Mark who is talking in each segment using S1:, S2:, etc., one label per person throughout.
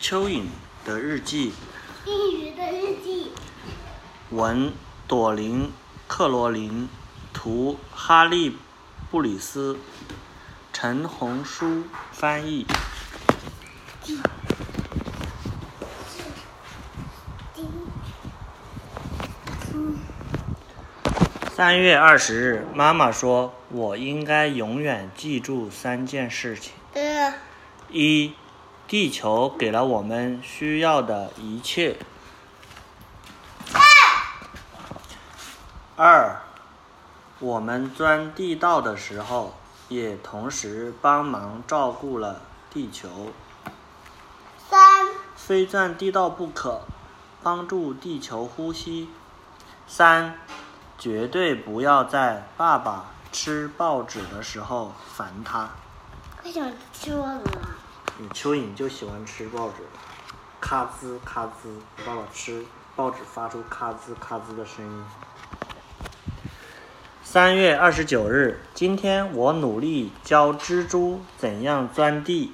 S1: 蚯蚓的日记》，
S2: 英语的日记，
S1: 文朵琳·克罗琳，图哈利·布里斯，陈红书翻译。
S2: 叮
S1: 三月二十日，妈妈说：“我应该永远记住三件事情：
S2: 呃
S1: 一，地球给了我们需要的一切；二，我们钻地道的时候，也同时帮忙照顾了地球；
S2: 三
S1: 非钻地道不可，帮助地球呼吸。三，绝对不要在爸爸吃报纸的时候烦他。
S2: 为什么吃我了？
S1: 嗯，蚯蚓就喜欢吃报纸，咔吱咔吱，爸爸吃报纸发出咔吱咔吱的声音。三月二十九日，今天我努力教蜘蛛怎样钻地。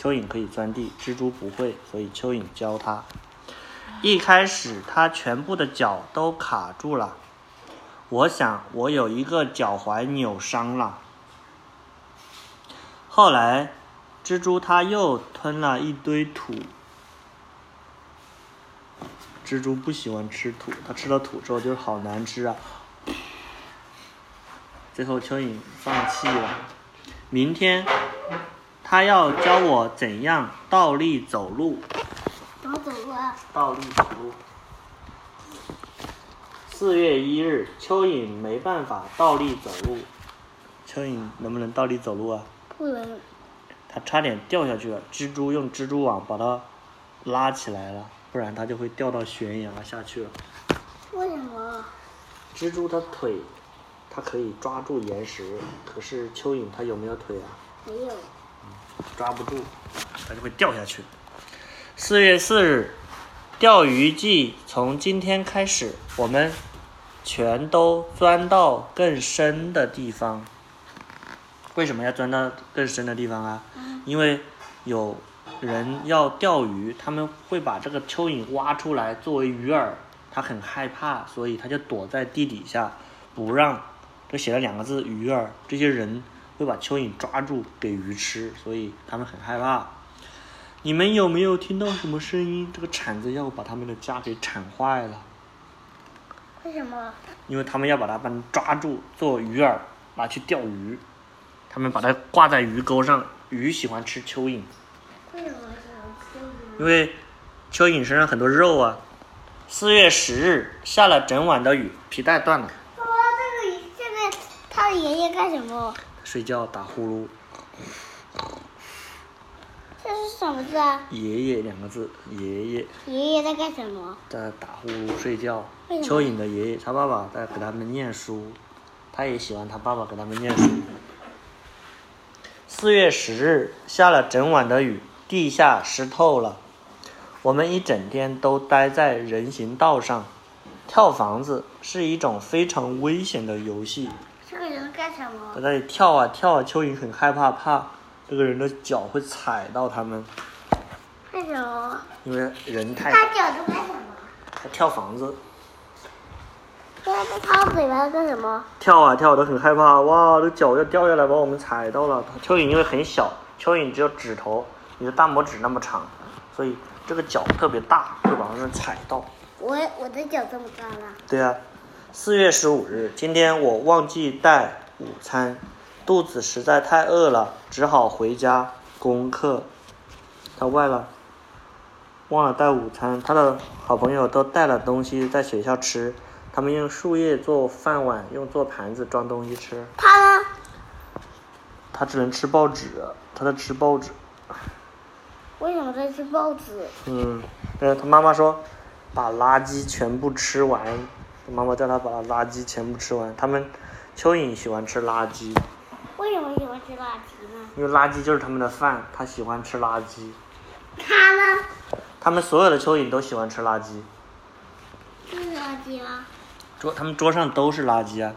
S1: 蚯蚓可以钻地，蜘蛛不会，所以蚯蚓教它。一开始它全部的脚都卡住了，我想我有一个脚踝扭伤了。后来，蜘蛛它又吞了一堆土。蜘蛛不喜欢吃土，它吃了土之后就是好难吃啊。最后蚯蚓放弃了。明天，它要教我怎样倒立走路。
S2: 怎么走路啊？
S1: 倒立走路。四月一日，蚯蚓没办法倒立走路。蚯蚓能不能倒立走路啊？
S2: 不能，
S1: 它差点掉下去了，蜘蛛用蜘蛛网把它拉起来了，不然它就会掉到悬崖下去了。
S2: 为什么？
S1: 蜘蛛它腿，它可以抓住岩石，可是蚯蚓它有没有腿啊？
S2: 没有。
S1: 抓不住，它就会掉下去。四月四日，钓鱼季从今天开始，我们全都钻到更深的地方。为什么要钻到更深的地方啊？因为有人要钓鱼，他们会把这个蚯蚓挖出来作为鱼饵，他很害怕，所以他就躲在地底下，不让。这写了两个字“鱼饵”，这些人会把蚯蚓抓住给鱼吃，所以他们很害怕。你们有没有听到什么声音？这个铲子要把他们的家给铲坏了，
S2: 为什么？
S1: 因为他们要把它们抓住做鱼饵，拿去钓鱼。他们把它挂在鱼钩上，鱼喜欢吃蚯蚓，
S2: 为什么喜欢吃鱼？
S1: 因为蚯蚓身上很多肉啊。四月十日下了整晚的雨，皮带断了，
S2: 爸爸，这个鱼现在他的爷爷干什么？
S1: 睡觉打呼噜。
S2: 这是什么字啊？
S1: 爷爷两个字，爷爷。
S2: 爷爷在干什么？
S1: 在打呼噜睡觉。
S2: 为什
S1: 蚯
S2: 么
S1: 蚓的爷爷，他爸爸在给他们念书，他也喜欢他爸爸给他们念书。四月十日下了整晚的雨，地下湿透了。我们一整天都待在人行道上，跳房子是一种非常危险的游戏。
S2: 这个人干什么
S1: 在？那里跳啊跳啊，蚯蚓很害怕，怕这个人的脚会踩到他们，
S2: 为什么？
S1: 因为人太
S2: 他脚在干什么？
S1: 他跳房子。
S2: 他在他嘴巴在干什么？
S1: 跳啊跳的很害怕，哇，这脚要掉下来把我们踩到了。蚯蚓因为很小，蚯蚓只有指头，你的大拇指那么长，所以这个脚特别大，会把它们踩到。
S2: 我我的脚这么大了。
S1: 对啊，四月十五日，今天我忘记带午餐，肚子实在太饿了，只好回家功课。他忘了，忘了带午餐，他的好朋友都带了东西在学校吃，他们用树叶做饭碗，用做盘子装东西吃。
S2: 他呢？
S1: 他只能吃报纸，他在吃报纸。
S2: 为什么在吃报纸？
S1: 嗯，呃，他妈妈说，把垃圾全部吃完。妈妈叫他把垃圾全部吃完。他们蚯蚓喜欢吃垃圾，
S2: 为什么喜欢吃垃圾呢？
S1: 因为垃圾就是他们的饭，他喜欢吃垃圾。
S2: 他呢？
S1: 他们所有的蚯蚓都喜欢吃垃圾，
S2: 这是垃圾吗？
S1: 桌他们桌上都是垃圾啊，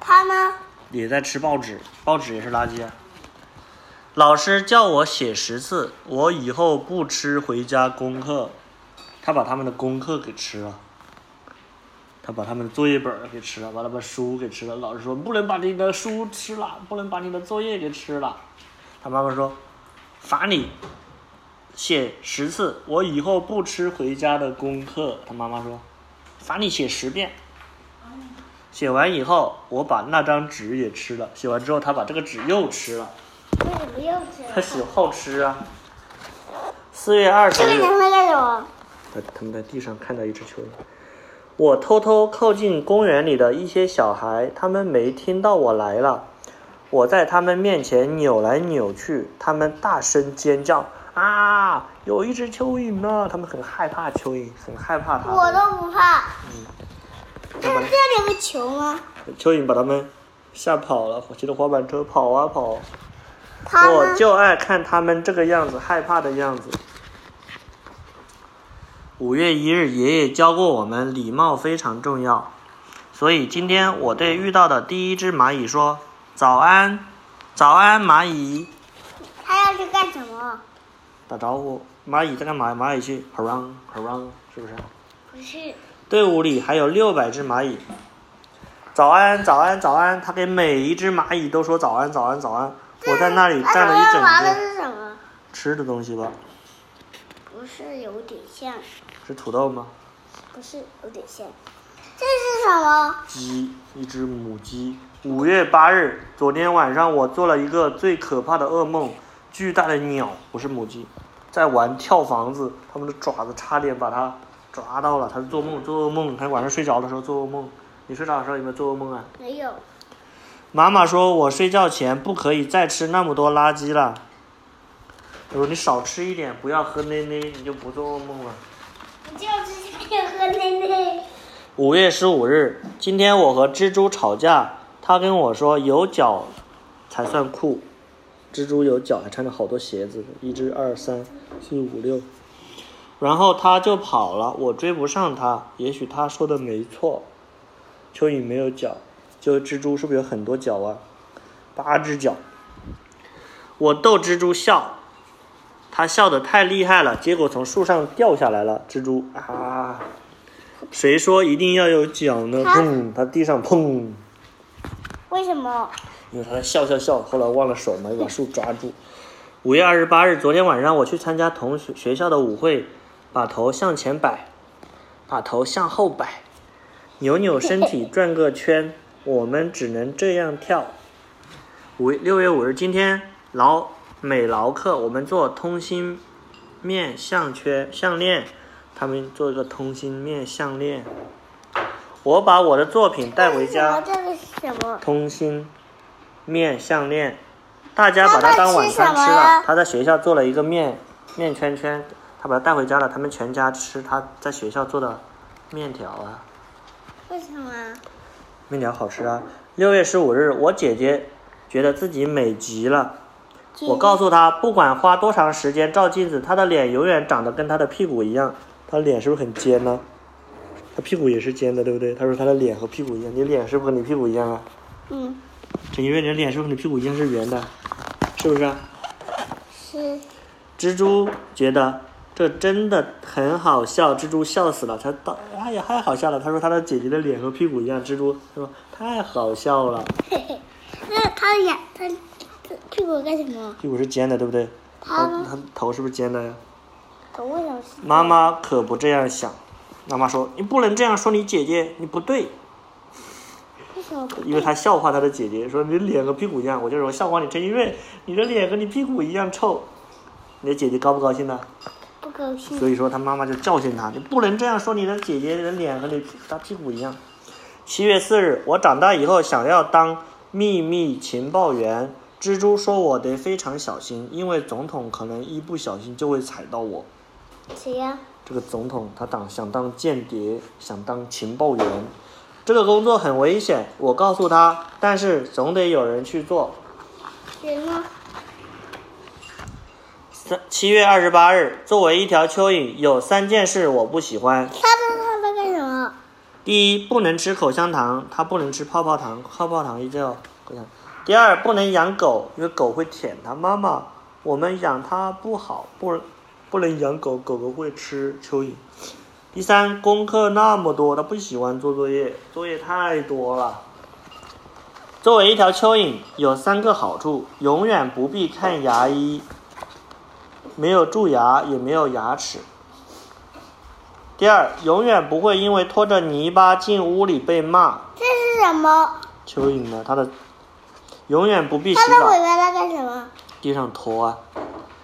S2: 他呢？
S1: 也在吃报纸，报纸也是垃圾啊。老师叫我写十次，我以后不吃回家功课。他把他们的功课给吃了，他把他们的作业本儿给吃了，完了把书给吃了。老师说不能把你的书吃了，不能把你的作业给吃了。他妈妈说，罚你写十次，我以后不吃回家的功课。他妈妈说，罚你写十遍。写完以后，我把那张纸也吃了。写完之后，他把这个纸又吃了。
S2: 那你不用吃了。
S1: 他喜好吃啊。四月二十
S2: 这个
S1: 日
S2: 人，会干什么？
S1: 他他们在地上看到一只蚯蚓。我偷偷靠近公园里的一些小孩，他们没听到我来了。我在他们面前扭来扭去，他们大声尖叫啊！有一只蚯蚓呢、他们很害怕蚯蚓，很害怕它。
S2: 我都不怕。
S1: 他
S2: 那
S1: 们
S2: 这里有个球吗？
S1: 蚯蚓把他们吓跑了，骑着滑板车跑啊跑。
S2: 他
S1: 我
S2: 呢？
S1: 就爱看他们这个样子，害怕的样子。五月一日，爷爷教过我们礼貌非常重要，所以今天我对遇到的第一只蚂蚁说：“早安，早安，蚂蚁，
S2: 他要去干什么？
S1: 打招呼。”蚂蚁在干嘛？蚂蚁去 h a r o n h a r o n 是不是？
S2: 不是，
S1: 队伍里还有六百只蚂蚁。早安，早安，早安！他给每一只蚂蚁都说早安，早安，早安。我在那
S2: 哎
S1: 里站了一整
S2: 玩的
S1: 天。
S2: 是什么？
S1: 吃的东西吧，
S2: 不是有点像，
S1: 是土豆吗？
S2: 不是有点像。这是什么？
S1: 鸡，一只母鸡。五月八日，昨天晚上我做了一个最可怕的噩梦，巨大的鸟，不是母鸡，在玩跳房子，它们的爪子差点把它抓到了。它是做梦，做噩梦，它晚上睡着的时候做噩梦。你睡着的时候有没有做噩梦啊？
S2: 没有。
S1: 妈妈说我睡觉前不可以再吃那么多垃圾了。我说你少吃一点，不要喝奶奶，你就不做噩梦了。
S2: 我就是想要喝奶奶。
S1: 五月十五日，今天我和蜘蛛吵架，他跟我说有脚才算酷。蜘蛛有脚，还穿着好多鞋子，一只、二、三、四、五、六。然后他就跑了，我追不上他。也许他说的没错，蚯蚓没有脚，就蜘蛛是不是有很多脚啊？八只脚。我逗蜘蛛笑，它笑得太厉害了，结果从树上掉下来了。蜘蛛啊！谁说一定要有脚呢？
S2: 它
S1: 砰！它地上砰！
S2: 为什么？
S1: 因为他在笑笑笑，后来忘了手嘛，又把树抓住。五月二十八日，昨天晚上我去参加同学学校的舞会，把头向前摆，把头向后摆，扭扭身体转个圈，我们只能这样跳。五六月五日，今天劳美劳课，我们做通心面项圈项链，他们做一个通心面项链。我把我的作品带回家。
S2: 这个是什么？
S1: 通心面项链，大家把它当晚餐吃
S2: 妈妈吃什么
S1: 了
S2: 呀。
S1: 他在学校做了一个面面圈圈，他把它带回家了，他们全家吃他在学校做的面条啊，
S2: 为什么？
S1: 面条好吃啊。六月十五日，我姐姐觉得自己美极了，
S2: 嗯
S1: 我告诉她，不管花多长时间照镜子，她的脸永远长得跟她的屁股一样。她脸是不是很尖呢？她屁股也是尖的，对不对？她说她的脸和屁股一样，你脸是不是和你屁股一样啊？
S2: 嗯，
S1: 陈月，你的脸是不是跟你屁股一样是圆的？是不是啊？
S2: 是
S1: 蜘蛛觉得这真的很好笑，蜘蛛笑死了。他到，哎呀，太好笑了。他说他的姐姐的脸和屁股一样，蜘蛛他说太好笑了。
S2: 嘿嘿，那他的眼，他他屁股干什么？
S1: 屁股是尖的，对不对？头
S2: 他呢
S1: 他头是不是尖的呀？
S2: 他为什么是？
S1: 妈妈可不这样想，妈妈说你不能这样说你姐姐，你不对，
S2: 为什么不
S1: 因为她笑话她的姐姐，说你的脸和屁股一样。我就说笑话你陈一瑞，你的脸和你屁股一样臭。你的姐姐高不高兴呢？
S2: 不高兴？
S1: 所以说他妈妈就教训他，你不能这样说你的姐姐的脸和你大屁股一样。七月四日，我长大以后想要当秘密情报员。蜘蛛说我得非常小心，因为总统可能一不小心就会踩到我。
S2: 谁呀？
S1: 这个总统他当想当间谍，想当情报员，这个工作很危险。我告诉他，但是总得有人去做。
S2: 谁呢？
S1: 三七月二十八日，作为一条蚯蚓，有三件事我不喜欢。
S2: 他在他在干什么？
S1: 第一，不能吃口香糖，它不能吃泡泡糖，泡泡糖一定要口香。第二，不能养狗，因为狗会舔它妈妈，我们养它不好，不不能养狗，狗狗会吃蚯蚓。第三，功课那么多，它不喜欢做作业，作业太多了。作为一条蚯蚓，有三个好处：永远不必看牙医，没有蛀牙，也没有牙齿。第二，永远不会因为拖着泥巴进屋里被骂。
S2: 这是什么？
S1: 蚯蚓呢，它的永远不必洗
S2: 它的尾
S1: 澡，
S2: 巴在干什么？
S1: 地上拖啊，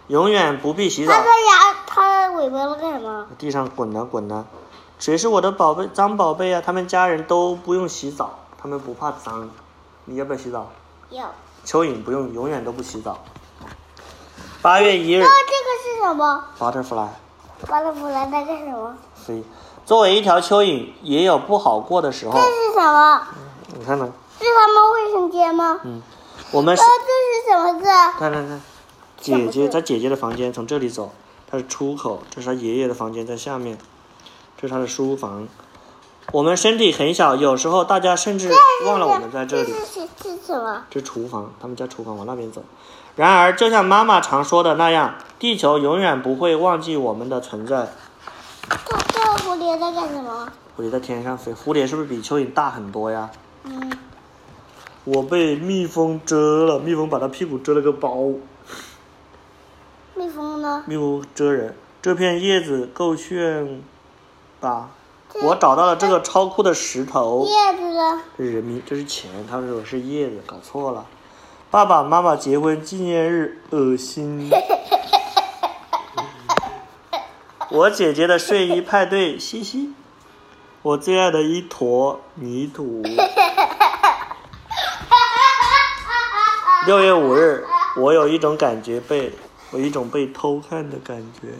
S1: 永远不必洗澡
S2: 它，的牙，它的尾巴在干什么？
S1: 地上滚啊滚啊。谁是我的宝贝脏宝贝啊？他们家人都不用洗澡，他们不怕脏。你要不要洗澡？
S2: 有。
S1: 蚯蚓不用，永远都不洗澡。八月一日
S2: 那这个是什么？
S1: ，butterfly
S2: 巴勒弗兰在干什么？
S1: 飞。作为一条蚯蚓，也有不好过的时候
S2: 这。是什么？
S1: 你看看，
S2: 是他们卫生间吗？
S1: 嗯，我们是
S2: 呃，这是什么字？
S1: 看看看，
S2: 怎
S1: 姐
S2: 么
S1: 姐，
S2: 做
S1: 她姐姐的房间从这里走，她是出口，这是她爷爷的房间在下面，这是她的书房。我们身体很小，有时候大家甚至忘了我们在这里。
S2: 这是这是什么？
S1: 这是厨房，他们家厨房往那边走。然而，就像妈妈常说的那样，地球永远不会忘记我们的存在。
S2: 它这个蝴蝶在干什么？
S1: 蝴蝶在天上飞，蝴蝶是不是比蚯蚓大很多呀？
S2: 嗯，
S1: 我被蜜蜂蛰了，蜜蜂把它屁股蛰了个包，
S2: 蜜蜂呢？
S1: 蜜蜂蛰人。这片叶子够炫吧？
S2: 这
S1: 我找到了这个超酷的石头，
S2: 叶子呢？
S1: 这是人民，这是钱，他们说是叶子，搞错了。爸爸妈妈结婚纪念日，恶心。我姐姐的睡衣派对，嘻嘻。我最爱的一坨泥土。六月五日，我有一种感觉被，我有一种被偷看的感觉。